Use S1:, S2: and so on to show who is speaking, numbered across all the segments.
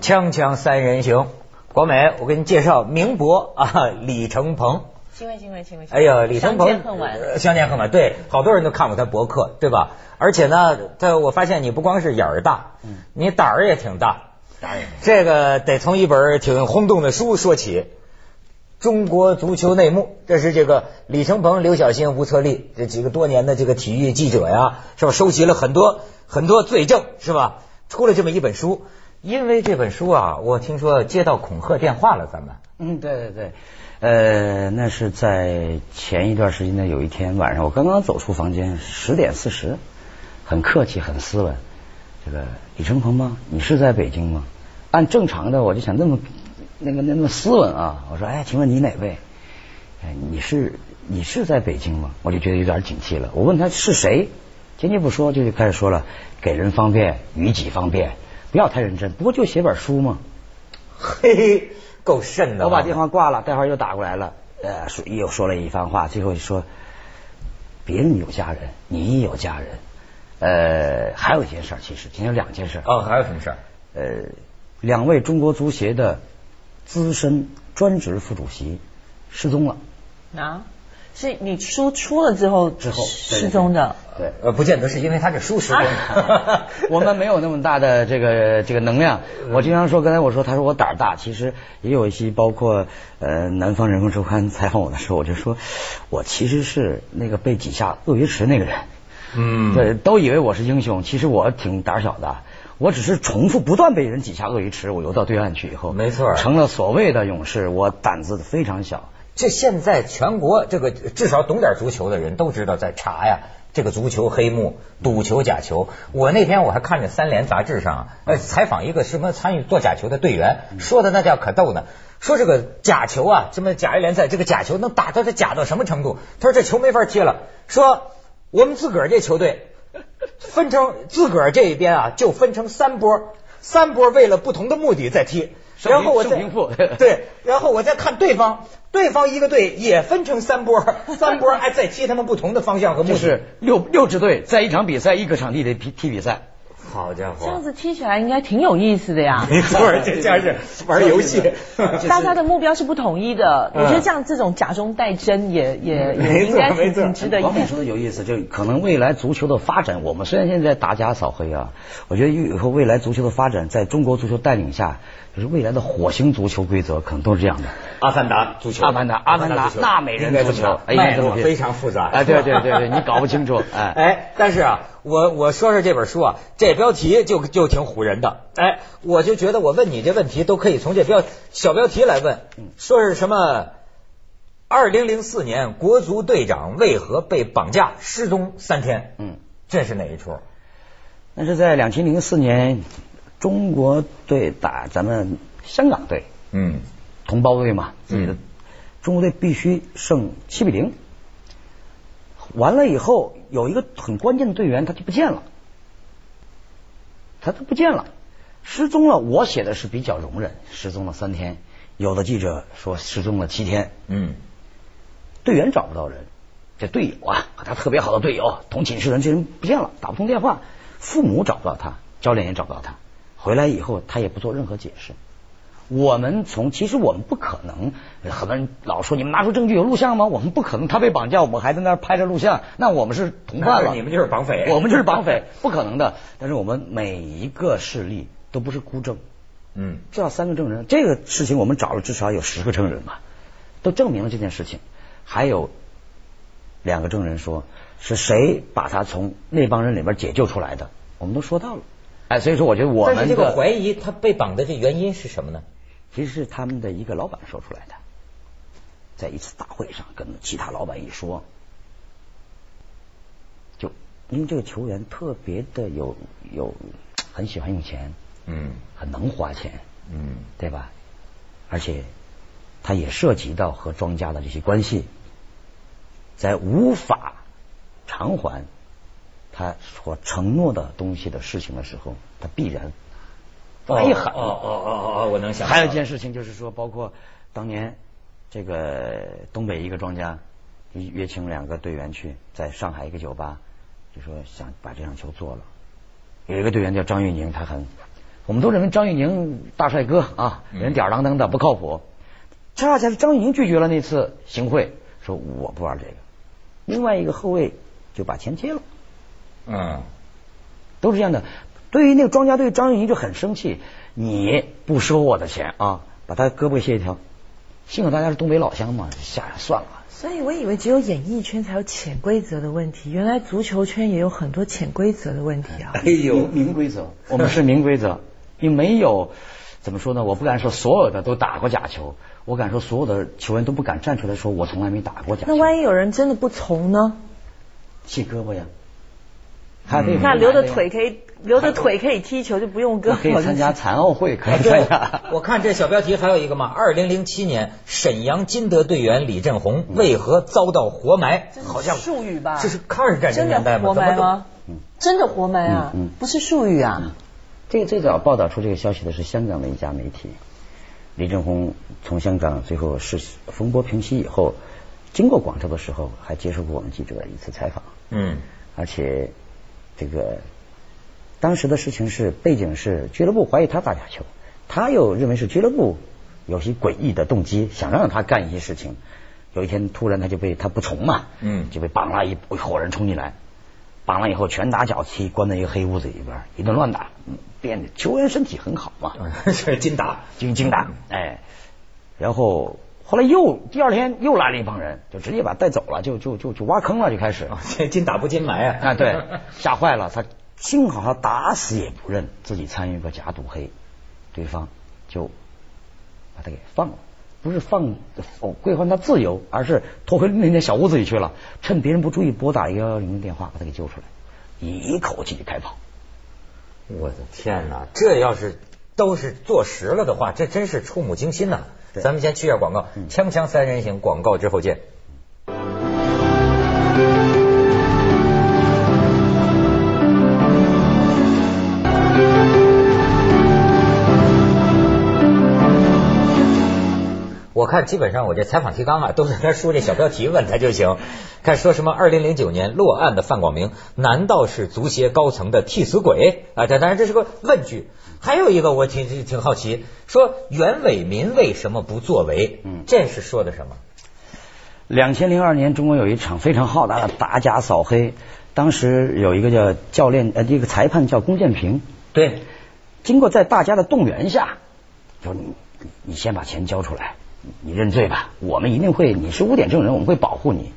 S1: 锵锵三人行，国美，我给你介绍名博啊，李承鹏。
S2: 请问，请问，请问。
S1: 哎呀，李承鹏，
S2: 相见恨晚。
S1: 呃相见恨晚，对，好多人都看过他博客，对吧？而且呢，他我发现你不光是眼儿大，你胆儿也挺大。
S3: 当然，
S1: 这个得从一本挺轰动的书说起，《中国足球内幕》，这是这个李承鹏、刘晓星、吴策立这几个多年的这个体育记者呀，是吧？收集了很多很多罪证，是吧？出了这么一本书，因为这本书啊，我听说接到恐吓电话了，咱们
S3: 嗯，对对对，呃，那是在前一段时间的有一天晚上，我刚刚走出房间，十点四十，很客气，很斯文。这个李承鹏吗？你是在北京吗？按正常的，我就想那么那个那么斯文啊，我说，哎，请问你哪位？哎，你是你是在北京吗？我就觉得有点警惕了。我问他是谁，坚决不说，就开始说了，给人方便，于己方便，不要太认真，不过就写本书嘛。
S1: 嘿嘿，够瘆的啊。
S3: 我把电话挂了，待会儿又打过来了，呃，说又说了一番话，最后说，别人有家人，你也有家人，呃，还有一件事儿，其实今天有两件事儿，
S1: 哦，还有什么事儿？
S3: 呃，两位中国足协的资深专职副主席失踪了，
S2: 啊，是你书出了之后
S3: 之后对
S2: 失踪的，
S3: 对。
S1: 呃，不见得是因为他这书失踪
S2: 啊
S3: 我们没有那么大的这个这个能量。嗯我经常说，刚才我说他说我胆儿大，其实也有一些包括呃南方人文周刊采访我的时候，我就说我其实是那个被挤下鳄鱼池那个人。
S1: 嗯
S3: 对，都以为我是英雄，其实我挺胆小的。我只是重复不断被人挤下鳄鱼池，我游到对岸去以后，
S1: 没错
S3: 成了所谓的勇士。我胆子非常小，
S1: 这现在全国这个至少懂点足球的人都知道在查呀，这个足球黑幕、赌球、假球。我那天我还看着《三联》杂志上啊呃采访一个什么参与做假球的队员，说的那叫可逗呢。说这个假球啊，什么甲 A 联赛这个假球能打到这假到什么程度？他说这球没法踢了。说我们自个儿这球队分成自个儿这一边啊，就分成三波，三波为了不同的目的在踢。
S3: 胜平
S1: 然后我再
S3: 胜平负
S1: 对，然后我再看对方，对方一个队也分成三波，三波还在踢他们不同的方向和目
S3: 就
S1: 的。
S3: 是六六支队在一场比赛一个场地里踢踢比赛。
S1: 好家
S2: 这样，子踢起来应该挺有意思的呀。
S1: 没错，这像是玩游戏。
S2: 大家的目标是不统一的，
S1: 嗯
S2: 我觉得这样这种假中带真也也
S1: 没
S2: 也
S1: 错
S2: 应该
S1: 没
S2: 挺
S1: 错
S2: 挺值得一
S3: 王
S2: 看
S3: 冕。说的有意思，就可能未来足球的发展，我们虽然现在打假扫黑啊，我觉得以后未来足球的发展，在中国足球带领下，就是未来的火星足球规则可能都是这样的。
S1: 阿凡达足球，
S3: 阿凡达，阿凡达
S1: 足，球
S3: 纳美人
S1: 应该
S3: 足
S1: 这么
S3: 球
S1: 打，
S3: 哎
S1: 脉
S3: 应该这
S1: 络
S3: 么拼
S1: 非常复杂。
S3: 哎，对对对对，你搞不清楚，哎，
S1: 哎，但是啊，我我说说这本书啊，这标题就就挺唬人的。哎，我就觉得我问你这问题都可以从这标小标题来问，
S3: 嗯
S1: 说是什么？二零零四年国足队长为何被绑架失踪三天？
S3: 嗯，
S1: 这是哪一出？
S3: 那是在两千零四年，中国队打咱们香港队，
S1: 嗯
S3: 同胞队嘛，自己的
S1: 嗯
S3: 中国队必须胜七比零。完了以后，有一个很关键的队员他就不见了，他都不见了，失踪了。我写的是比较容忍，失踪了三天，有的记者说失踪了七天，
S1: 嗯，
S3: 队员找不到人，这队友啊和他特别好的队友同寝室的人这人不见了，打不通电话，父母找不到他，教练也找不到他，回来以后他也不做任何解释。我们从其实我们不可能，很多人老说你们拿出证据有录像吗？我们不可能，他被绑架，我们还在那儿拍着录像，那我们是同犯
S1: 那
S3: 了。
S1: 你们就是绑匪
S3: 我们就是绑匪，不可能的。但是我们每一个事例都不是孤证，
S1: 嗯，
S3: 至少三个证人。这个事情我们找了至少有十个证人吧，都证明了这件事情。还有两个证人说是谁把他从那帮人里边解救出来的，我们都说到了。哎，所以说我觉得我
S1: 但是
S3: 们
S1: 这个
S3: 的
S1: 怀疑他被绑的这原因是什么呢？
S3: 其实是他们的一个老板说出来的，在一次大会上跟其他老板一说，就因为这个球员特别的有有很喜欢用钱，
S1: 嗯
S3: 很能花钱，
S1: 嗯
S3: 对吧？而且它也涉及到和庄家的这些关系，在无法偿还他所承诺的东西的事情的时候，他必然
S1: 哎
S3: 哎
S1: 呀，
S3: 喊
S1: 哦哦哦哦哦，我能想到。
S3: 还有一件事情就是说，包括当年这个东北一个庄家约请两个队员去在上海一个酒吧，就说想把这场球做了。有一个队员叫张玉宁，他很我们都认为张玉宁大帅哥啊，
S1: 嗯
S3: 人吊儿郎当的不靠谱。恰恰是张玉宁拒绝了那次行贿，说我不玩这个。另外一个后卫就把钱接了，
S1: 嗯，
S3: 都是这样的。对于那个庄家队，张玉宁就很生气，你不收我的钱啊，把他胳膊卸一条。幸好大家是东北老乡嘛，下算了。
S2: 所以我以为只有演艺圈才有潜规则的问题，原来足球圈也有很多潜规则的问题啊。
S3: 哎呦，明规则，我们是明规则，并没有怎么说呢？我不敢说所有的都打过假球，我敢说所有的球员都不敢站出来说我从来没打过假球。
S2: 那万一有人真的不从呢？
S3: 卸胳膊呀，还可以、
S1: 嗯
S2: 那留着腿，可以留着腿可以踢球，就不用胳膊。
S3: 啊可以参加残奥会，可以参加。
S1: 对，我看这小标题还有一个嘛，二零零七年沈阳金德队员李振
S3: 嗯
S1: 宏为何遭到活埋？
S2: 这是
S1: 好像
S2: 术语吧
S1: 这是抗日战争
S2: 真
S1: 年代
S2: 的
S1: 嘛，
S2: 活
S1: 怎么
S2: 埋
S1: 都嗯
S2: 吗？真的活埋啊
S3: 嗯嗯，
S2: 不是术语啊。
S3: 这个最早报道出这个消息的是香港的一家媒体。李正宏从香港最后是风波平息以后，经过广州的时候，还接受过我们记者一次采访。
S1: 嗯
S3: 而且这个当时的事情是背景是俱乐部怀疑他打假球，他又认为是俱乐部有些诡异的动机，想让他干一些事情。有一天突然他就被他不从嘛，
S1: 嗯
S3: 就被绑了一一伙人冲进来，绑了以后拳打脚踢，关在一个黑屋子里边儿一顿乱打，嗯变得球员身体很好嘛，
S1: 是金打，
S3: 精精
S1: 嗯
S3: 打，哎，然后后来又第二天又来了一帮人，就直接把他带走了，就就就就挖坑了，就开始。
S1: 啊这 金打不金埋 啊！
S3: 啊，对，吓坏了，他幸好他打死也不认自己参与过假赌黑，对方就把他给放了，不是放哦归还他自由，而是拖回那间小屋子里去了，趁别人不注意拨打幺幺零的电话把他给救出来，一口气就开跑。
S1: 我的天哪，这要是都是坐实了的话，这真是触目惊心呐、
S3: 对嗯
S1: 咱们先去下广告，锵锵三人行广告之后见。我看基本上我这采访提纲啊，都是他说这小标题问他就行。看说什么？二零零九年落案的范广明，难道是足协高层的替死鬼啊？这当然这是个问句。还有一个我挺挺挺好奇，说袁伟民为什么不作为？
S3: 嗯
S1: 这是说的什么？
S3: 两千零二年，中国有一场非常浩大的打假扫黑，当时有一个叫教练呃一个裁判叫龚建平，
S1: 对，
S3: 经过在大家的动员下，说你你先把钱交出来，你认罪吧，我们一定会，你是污点证人，我们会保护你。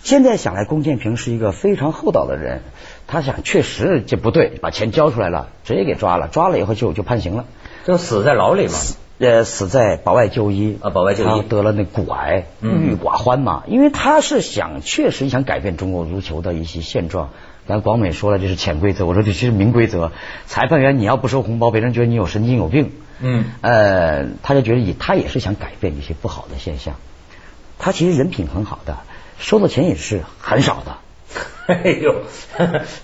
S3: 现在想来，龚建平是一个非常厚道的人，他想确实这不对，把钱交出来了，直接给抓了，抓了以后就就判刑了，
S1: 就死在牢里嘛。
S3: 呃，死在保外就医
S1: 啊保外就医嗯
S3: 他得了那骨癌，郁郁寡欢嘛，因为他是想确实想改变中国足球的一些现状。咱广美说了这是潜规则，我说这是明规则。裁判员你要不收红包，别人觉得你有神经有病。
S1: 嗯
S3: 呃，他就觉得也他也是想改变一些不好的现象。他其实人品很好的，收的钱也是很少的。
S1: 哎呦，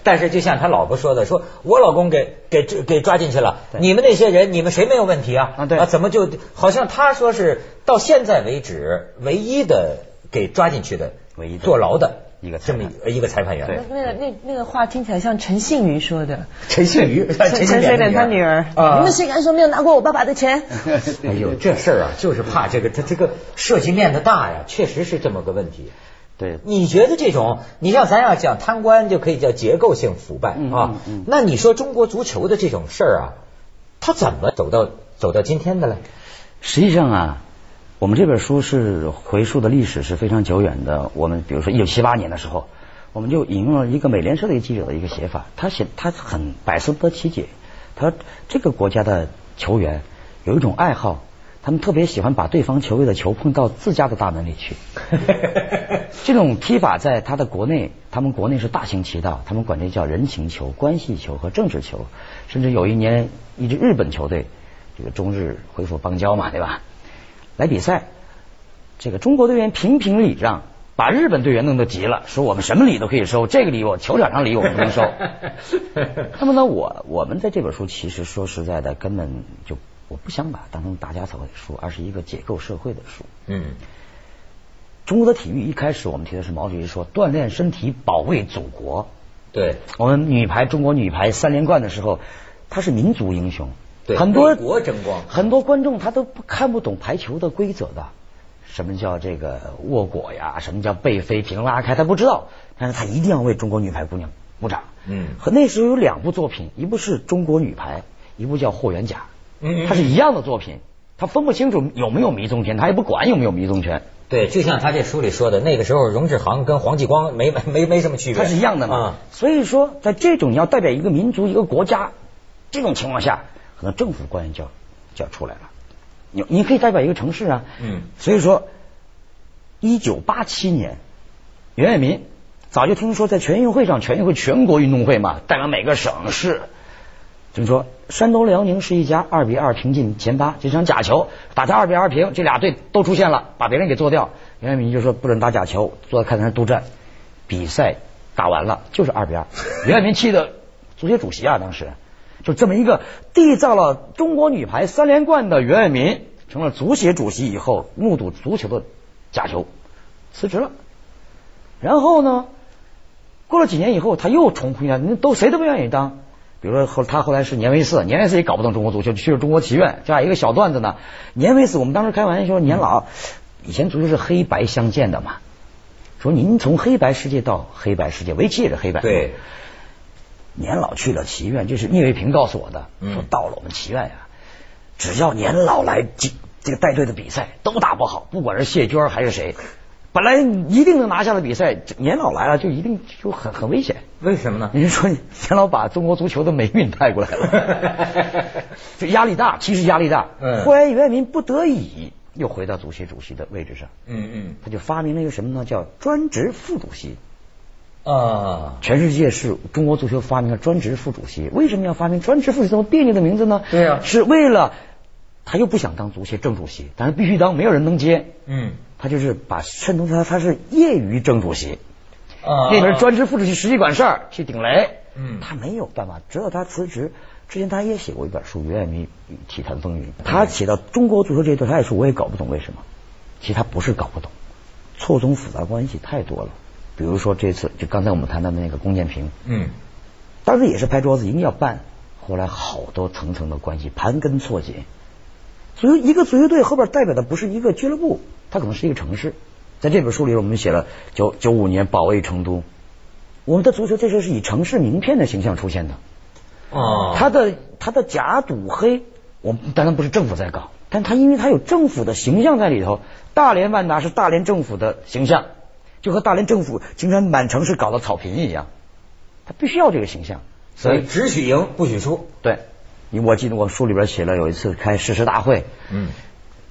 S1: 但是就像他老婆说的，说我老公给给给抓进去了，
S3: 对
S1: 你们那些人，你们谁没有问题啊？
S3: 啊对
S1: 怎么就好像他说是到现在为止唯一的给抓进去的，
S3: 唯一的
S1: 坐牢的
S3: 一个裁
S1: 这
S3: 判
S1: 么一个裁判员，
S3: 对
S2: 那个那那个话听起来像陈信宇说的，
S1: 陈信宇，
S2: 陈陈水扁他女儿，
S1: 啊
S2: 你们谁敢说没有拿过我爸爸的钱？
S1: 哎呦，这事儿啊，就是怕这个他这个涉及面的大呀，确实是这么个问题。
S3: 对，
S1: 你觉得这种，你像咱要讲贪官，就可以叫结构性腐败
S3: 嗯
S1: 啊
S3: 嗯嗯。
S1: 那你说中国足球的这种事儿啊，他怎么走到走到今天的 嘞？
S3: 实际上啊，我们这本书是回溯的历史是非常久远的。我们比如说一九七八年的时候，我们就引用了一个美联社的一个记者的一个写法，他写他很百思不得其解。他说这个国家的球员有一种爱好，他们特别喜欢把对方球队的球碰到自家的大门里去。这种踢法在他的国内，他们国内是大行其道，他们管这叫人情球、关系球和政治球，甚至有一年一支日本球队，这个中日恢复邦交嘛，对吧？来比赛，这个中国队员频频礼让，把日本队员弄得急了，说我们什么礼都可以收，这个礼我球场上礼我们不能收。那么呢，我我们在这本书其实说实在的，根本就我不想把它当成大家扫的书，而是一个解构社会的书。
S1: 嗯
S3: 中国的体育一开始我们提的是毛主席说锻炼身体保卫祖国。
S1: 对，
S3: 我们女排中国女排三连冠的时候，她是民族英雄，
S1: 对
S3: 很多
S1: 为国争光
S3: 很多观众他都不看不懂排球的规则的，什么叫这个握果呀，什么叫背飞平拉开，他不知道，但是他一定要为中国女排姑娘鼓掌。
S1: 嗯
S3: 和那时候有两部作品，一部是中国女排，一部叫霍元甲，
S1: 嗯嗯
S3: 它是一样的作品，他分不清楚有没有迷踪拳，他也不管有没有迷踪拳。
S1: 对，就像他这书里说的，那个时候荣志航跟黄继光没 没没什么区别，
S3: 它是一样的嘛。
S1: 啊
S3: 所以说，在这种你要代表一个民族、一个国家这种情况下，可能政府官员就要就要出来了。你你可以代表一个城市啊。
S1: 嗯
S3: 所以说，一九八七年，袁伟民早就听说在全运会上，全运会全国运动会嘛，代表每个省市。就是说，山东辽宁是一家二比二平进前八，这场假球打他二比二平，这俩队都出现了，把别人给做掉。袁伟民就说不准打假球，坐在看台上督战。比赛打完了就是二比二，袁伟民气的足协主席啊，当时就这么一个缔造了中国女排三连冠的袁伟民，成了足协主席以后，目睹足球的假球，辞职了。然后呢，过了几年以后，他又重回啊，那都谁都不愿意当。比如说后他后来是年维四，年维四也搞不懂中国足球，就去了中国棋院。这样一个小段子呢，年维四我们当时开玩笑说，年老以前足球是黑白相间的嘛，说您从黑白世界到黑白世界，围棋也是黑白。
S1: 啊对，
S3: 年老去了棋院，这是聂卫平告诉我的，
S1: 嗯
S3: 说到了我们棋院呀、只要年老来这这个带队的比赛都打不好，不管是谢娟还是谁，本来一定能拿下的比赛，这年老来了就一定就很很危险。
S1: 为什么呢？
S3: 您说，田老把中国足球的霉运带过来了， 就压力大，其实压力大。
S1: 嗯
S3: 后来袁伟民不得已又回到足协主席的位置上，
S1: 嗯
S3: 他就发明了一个什么呢？叫专职副主席。
S1: 嗯啊，
S3: 全世界是中国足球发明了专职副主席，为什么要发明专职副主席这么别扭的名字呢？
S1: 对啊
S3: 是为了他又不想当足协正主席，但是必须当，没有人能接。
S1: 嗯
S3: 他就是把衬托他他是业余正主席，
S1: 啊，
S3: 那边专职副主席实际管事儿，去顶雷。
S1: 嗯
S3: 他没有办法，只有他辞职。之前他也写过一本书《远迷体坛风云》，他写到中国足球这一段，他也说我也搞不懂为什么。其实他不是搞不懂，错综复杂关系太多了。比如说这次就刚才我们谈到的那个龚建平，
S1: 嗯
S3: 当时也是拍桌子，一定要办。后来好多层层的关系，盘根错节。足球一个足球队后边代表的不是一个俱乐部，它可能是一个城市。在这本书里，我们写了九九五年保卫成都，我们的足球这时候是以城市名片的形象出现的。
S1: 啊，
S3: 它的它的假赌黑，我们当然不是政府在搞，但它因为它有政府的形象在里头，大连万达是大连政府的形象，就和大连政府经常满城市搞的草坪一样，它必须要这个形象，
S1: 所以只许赢不许输。
S3: 对，你我记得我书里边写了，有一次开誓师大会，
S1: 嗯，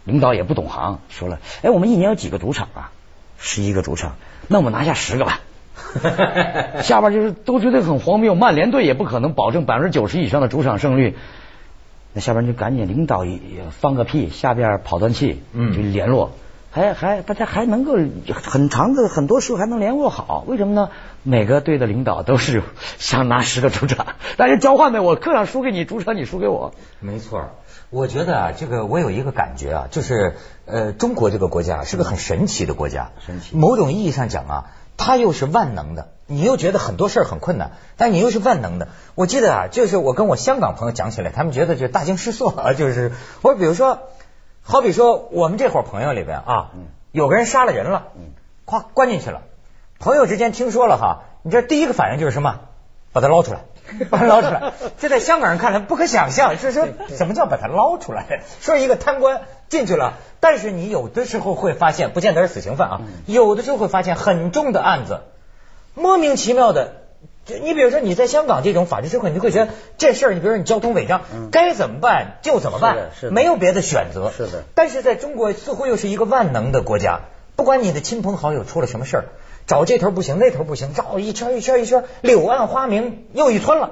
S3: 领导也不懂行，说了，哎，我们一年有几个主场啊？十一个主场，那我们拿下十个吧。 下边就是都觉得很荒谬，曼联队也不可能保证百分之九十以上的主场胜率。那下边就赶紧领导也放个屁，下边跑断气，
S1: 嗯
S3: 就联络，还还大家还能够很长的很多时候还能联络好，为什么呢？每个队的领导都是想拿十个主场，大家交换呗，我客场输给你，主场你输给我。
S1: 没错儿，我觉得啊，这个我有一个感觉啊，就是呃，中国这个国家是个很神奇的国家。
S3: 神奇
S1: 某种意义上讲啊，它又是万能的，你又觉得很多事儿很困难，但你又是万能的。我记得啊，就是我跟我香港朋友讲起来，他们觉得就大惊失色啊， 就是我比如说，好比说我们这伙朋友里边啊，
S3: 嗯
S1: 有个人杀了人了，咵关进去了，朋友之间听说了哈，你这第一个反应就是什么？把他捞出来，把他捞出来。这在香港人看来不可想象，是说什么叫把他捞出来？说一个贪官进去了，但是你有的时候会发现，不见得是死刑犯啊，
S3: 嗯
S1: 有的时候会发现很重的案子，莫名其妙的。就你比如说你在香港这种法治社会，你会觉得这事儿，你比如说你交通违章，该怎么办就怎么
S3: 嗯是的
S1: 办
S3: 是，的
S1: 没有别的选择。
S3: 是的
S1: 但是在中国似乎又是一个万能的国家，不管你的亲朋好友出了什么事儿，找这头不行，那头不行，绕一圈一圈一圈，柳暗花明又一村了，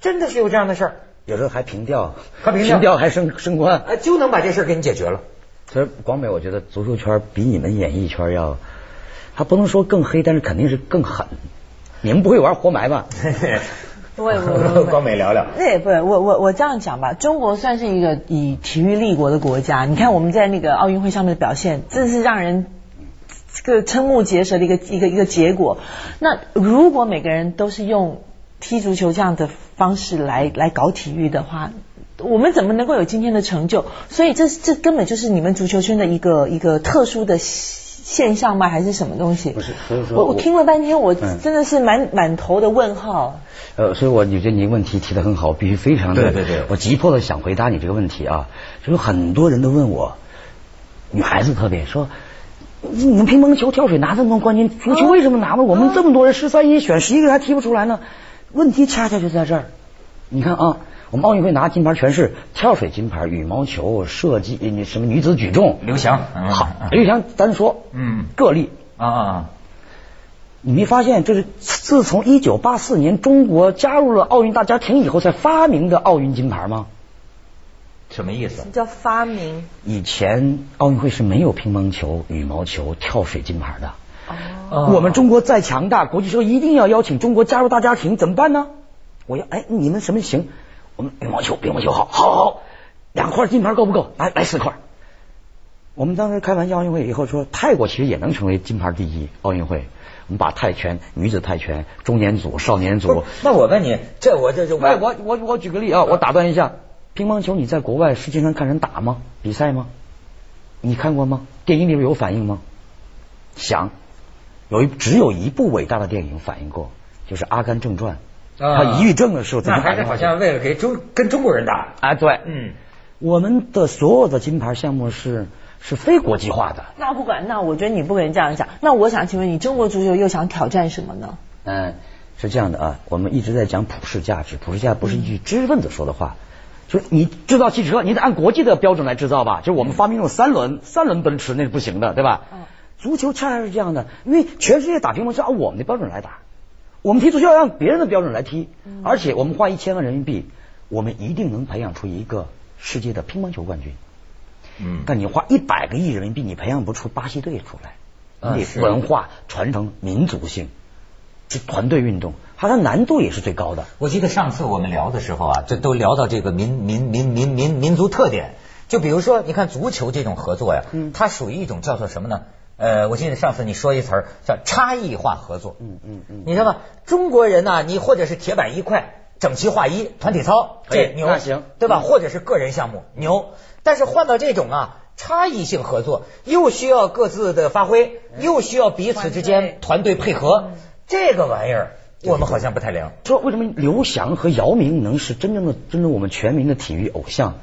S1: 真的是有这样的事儿，
S3: 有时候还平调，
S1: 还平调
S3: 还升升官。
S1: 呃，就能把这事儿给你解决了。
S3: 其实广美，我觉得足球圈比你们演艺圈要，他不能说更黑，但是肯定是更狠。你们不会玩活埋吧？
S2: 不会不会不会
S1: 光美聊聊
S2: 那也不会，我我我这样讲吧，中国算是一个以体育立国的国家。你看我们在那个奥运会上面的表现，真是让人这个瞠目结舌的一个一个一个结果。那如果每个人都是用踢足球这样的方式来来搞体育的话，我们怎么能够有今天的成就？所以这这根本就是你们足球圈的一个一个特殊的现象吗？还是什么东西？
S3: 不是所以说
S2: 我我
S3: 我
S2: 听了半天，我
S3: 嗯
S2: 真的是满满头的问号。
S3: 呃，所以我你这你问题提得很好，我必须非常的，
S1: 对对对
S3: 我急迫的想回答你这个问题啊，就是很多人都问我，女孩子特别说。你们乒乓球、跳水拿这么多冠军，足球为什么拿不？我们这么多人十三亿选十一个还踢不出来呢？问题恰恰就在这儿。你看啊，我们奥运会拿金牌全是跳水金牌、羽毛球、射击、呃什么女子举重。
S1: 刘翔嗯
S3: 好，刘翔单说，
S1: 嗯
S3: 个例，
S1: 啊啊啊！
S3: 你没发现，这是自从一九八四年中国加入了奥运大家庭以后才发明的奥运金牌吗？
S1: 什么意思？
S2: 叫发明
S3: 以前奥运会是没有乒乓球、羽毛球、跳水金牌的。
S2: 哦，
S1: 啊
S3: 我们中国再强大，国际社会一定要邀请中国加入大家庭，怎么办呢？我要哎，你们什么行？我们羽毛球，乒乓球好，好好，两块金牌够不够？来来四块。我们当时开完奥运会以后说，泰国其实也能成为金牌第一奥运会。我们把泰拳、女子泰拳、中年组、少年
S1: 不
S3: 组
S1: 是，那我问你，这我这就
S3: 外哎我我我举个例啊，我打断一下，乒乓球你在国外世界上看人打吗？比赛吗？你看过吗？电影里边有反应吗？想，有一只有一部伟大的电影反映过，就是《阿甘正传》。
S1: 啊
S3: 他抑郁症的时候怎么
S1: 那还
S3: 打
S1: 是
S3: 电话
S1: 好像为了给中跟中国人打。
S3: 啊，对，
S1: 嗯，
S3: 我们的所有的金牌项目是是非国际化的。
S2: 那不管，那我觉得你不能这样讲。那我想请问你，中国足球又想挑战什么呢？
S3: 嗯，是这样的啊，我们一直在讲普世价值，普世价值不是一句知识分子说的话，就是你制造汽车，你得按国际的标准来制造吧，就是我们发明那种三轮三轮奔驰那是不行的，对吧？
S2: 嗯
S3: 足球恰恰是这样的，因为全世界打乒乓球按啊我们的标准来打，我们踢足球要按别人的标准来踢，而且我们花一千万人民币，我们一定能培养出一个世界的乒乓球冠军。
S1: 嗯
S3: 但你花一百个亿人民币，你培养不出巴西队出来，
S1: 啊
S3: 你
S1: 是
S3: 得文化传承、民族性，这团队运动，它的难度也是最高的。
S1: 我记得上次我们聊的时候啊，这都聊到这个民民民民民民族特点。就比如说，你看足球这种合作呀，
S3: 嗯
S1: 它属于一种叫做什么呢？呃，我记得上次你说一词儿叫差异化合作。
S3: 嗯嗯嗯
S1: 你知道吧？中国人呢、你或者是铁板一块。整齐划一，团体操，
S3: 哎
S1: 这牛，
S3: 那行
S1: 对吧？或者是个人项目，牛。但是换到这种啊，差异性合作，又需要各自的发挥，
S3: 哎
S1: 又需要彼此之间团队配合，
S3: 嗯
S1: 这个玩意儿我们好像不太灵。
S3: 说为什么刘翔和姚明能是真正的、真正我们全民的体育偶像，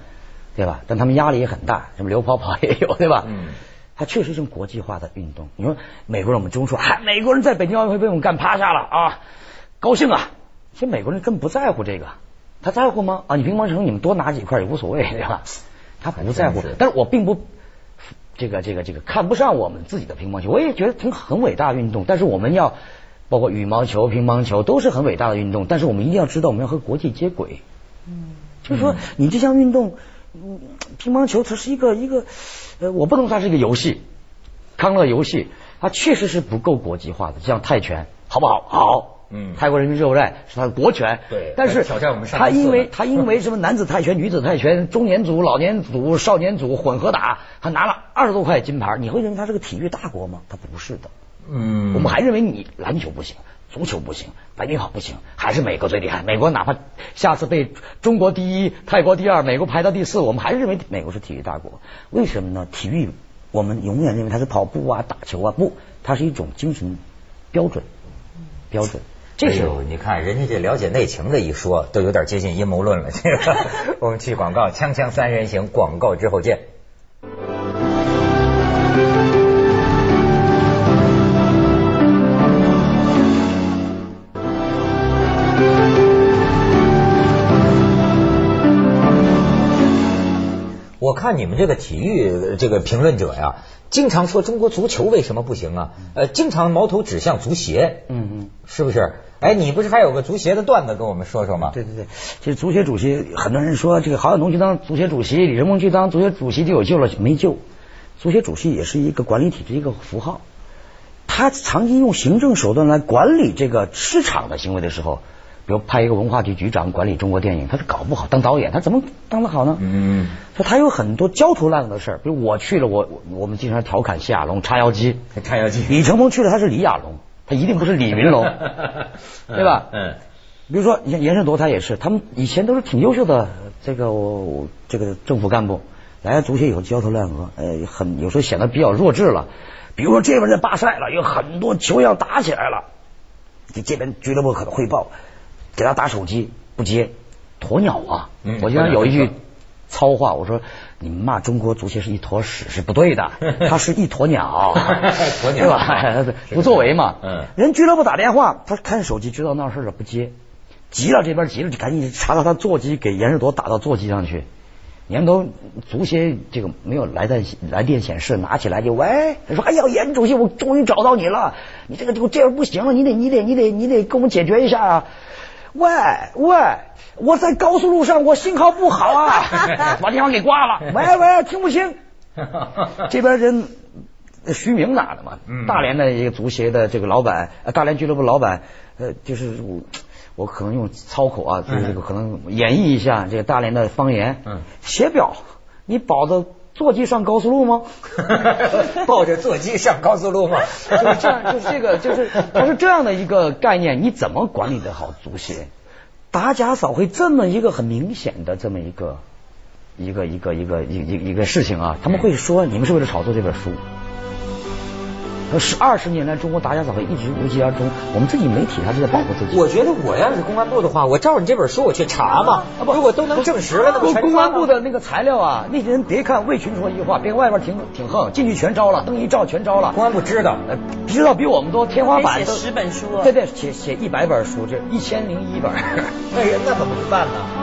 S3: 对吧？但他们压力也很大，什么刘跑跑也有，对吧？
S1: 嗯，
S3: 它确实是国际化的运动。你说美国人，我们中说，哎，美国人在北京奥运会被我们干趴下了啊，高兴啊！其实美国人根本不在乎这个，他在乎吗？啊，你乒乓球你们多拿几块也无所谓，对吧？他不在乎
S1: 还真是，
S3: 但是我并不这个这个这个看不上我们自己的乒乓球，我也觉得挺很伟大的运动，但是我们要包括羽毛球、乒乓球都是很伟大的运动，但是我们一定要知道我们要和国际接轨。就是说你这项运动，嗯，乒乓球它是一个一个，呃，我不能说它是一个游戏，康乐游戏，它确实是不够国际化的，像泰拳，好不好？好。
S1: 嗯
S3: 泰国人民热不热是它的国拳，
S1: 对
S3: 但
S1: 它
S3: 是
S1: 挑战我们上
S3: 它
S1: 一次
S3: 因为
S1: 的
S3: 它因为什么男子泰拳、女子泰拳、中年组、老年组、少年组混合打，他拿了二十多块金牌，你会认为他是个体育大国吗？他不是的，
S1: 嗯，
S3: 我们还认为你篮球不行，足球不行，白领好不行，还是美国最厉害。美国哪怕下次被中国第一、泰国第二、美国排到第四，我们还是认为美国是体育大国。为什么呢？体育我们永远认为它是跑步啊、打球啊，不，它是一种精神标准，标准。这
S1: 哎
S3: 是
S1: 呦你看人家这了解内情的一说，都有点接近阴谋论了。这个，我们去广告，锵锵三人行，广告之后见。我看你们这个体育呃这个评论者呀，经常说中国足球为什么不行啊？呃，经常矛头指向足协。
S3: 嗯嗯。
S1: 是不是？哎，你不是还有个足协的段子跟我们说说吗？
S3: 对对对，其实足协主席，很多人说这个郝晓东去当足协主席，李承蒙去当足协主席就有救了，没救。足协主席也是一个管理体制一个符号，他长期用行政手段来管理这个市场的行为的时候，比如派一个文化局局长管理中国电影，他是搞不好当导演，他怎么当得好呢？
S1: 嗯，
S3: 所以他有很多焦头烂额的事儿，比如我去了，我我我们经常调侃谢亚龙插腰机，
S1: 看 妖精，，
S3: 李承蒙去了他是李亚龙，他一定不是李云龙对吧？
S1: 嗯，
S3: 比如说严严胜铎他也是，他们以前都是挺优秀的这个我我这个政府干部，来了足协以后焦头烂额，呃，很有时候显得比较弱智了。比如说这边在罢赛了，有很多球员打起来了，这这边俱乐部可能汇报，给他打手机不接，鸵鸟啊！
S1: 嗯
S3: 我经常有一句糙话，我说你们骂中国足协是一坨屎是不对 的，他是一坨鸟，
S1: 鸵鸟啊
S3: 对吧？不作为嘛。
S1: 嗯
S3: 人俱乐部打电话，他看手机知道闹事了不接，急了这边急了就赶紧查到他座机，给严世铎打到座机上去。严世铎足协这个没有来电来电显示，拿起来就喂，他说哎呀，严主席，我终于找到你了，你这个这个这样不行了，你得你得你得你得给我们解决一下啊！喂喂，我在高速路上，我信号不好 啊，把电话给挂了。喂喂，听不清。这边人呃徐明打的嘛，
S1: 嗯
S3: 大连的一个足协的这个老板，呃大连俱乐部老板，呃，就是我我可能用操口啊，就是这个可能演绎一下这个大连的方言。
S1: 嗯，
S3: 写表，你保的座机上高速路吗？
S1: 抱着座机上高速路吗？
S3: 就是这样，就是这个，就是它是这样的一个概念，你怎么管理得好足协？打假扫黑这么一个很明显的这么一个一个一个一个一个一个一个事情啊，他们会说你们是为了炒作这本书。十二十年来，中国打假扫黑一直无疾而终，我们自己媒体还是在保护自 己。
S1: 我觉得我要是公安部的话，我照着你这本书我去查嘛。如果都能证实了，那
S3: 公
S1: 么
S3: 啊公安部的那个材料啊，那些人别看魏群说一句话，别看外边挺挺横，进去全招了，灯一照全招了。
S1: 公安部知道，
S3: 呃，知道比我们多，天花板都
S2: 可以写10本书啊
S3: 对对，写写一百本书，这一千零一本。
S1: 那人那怎么办呢？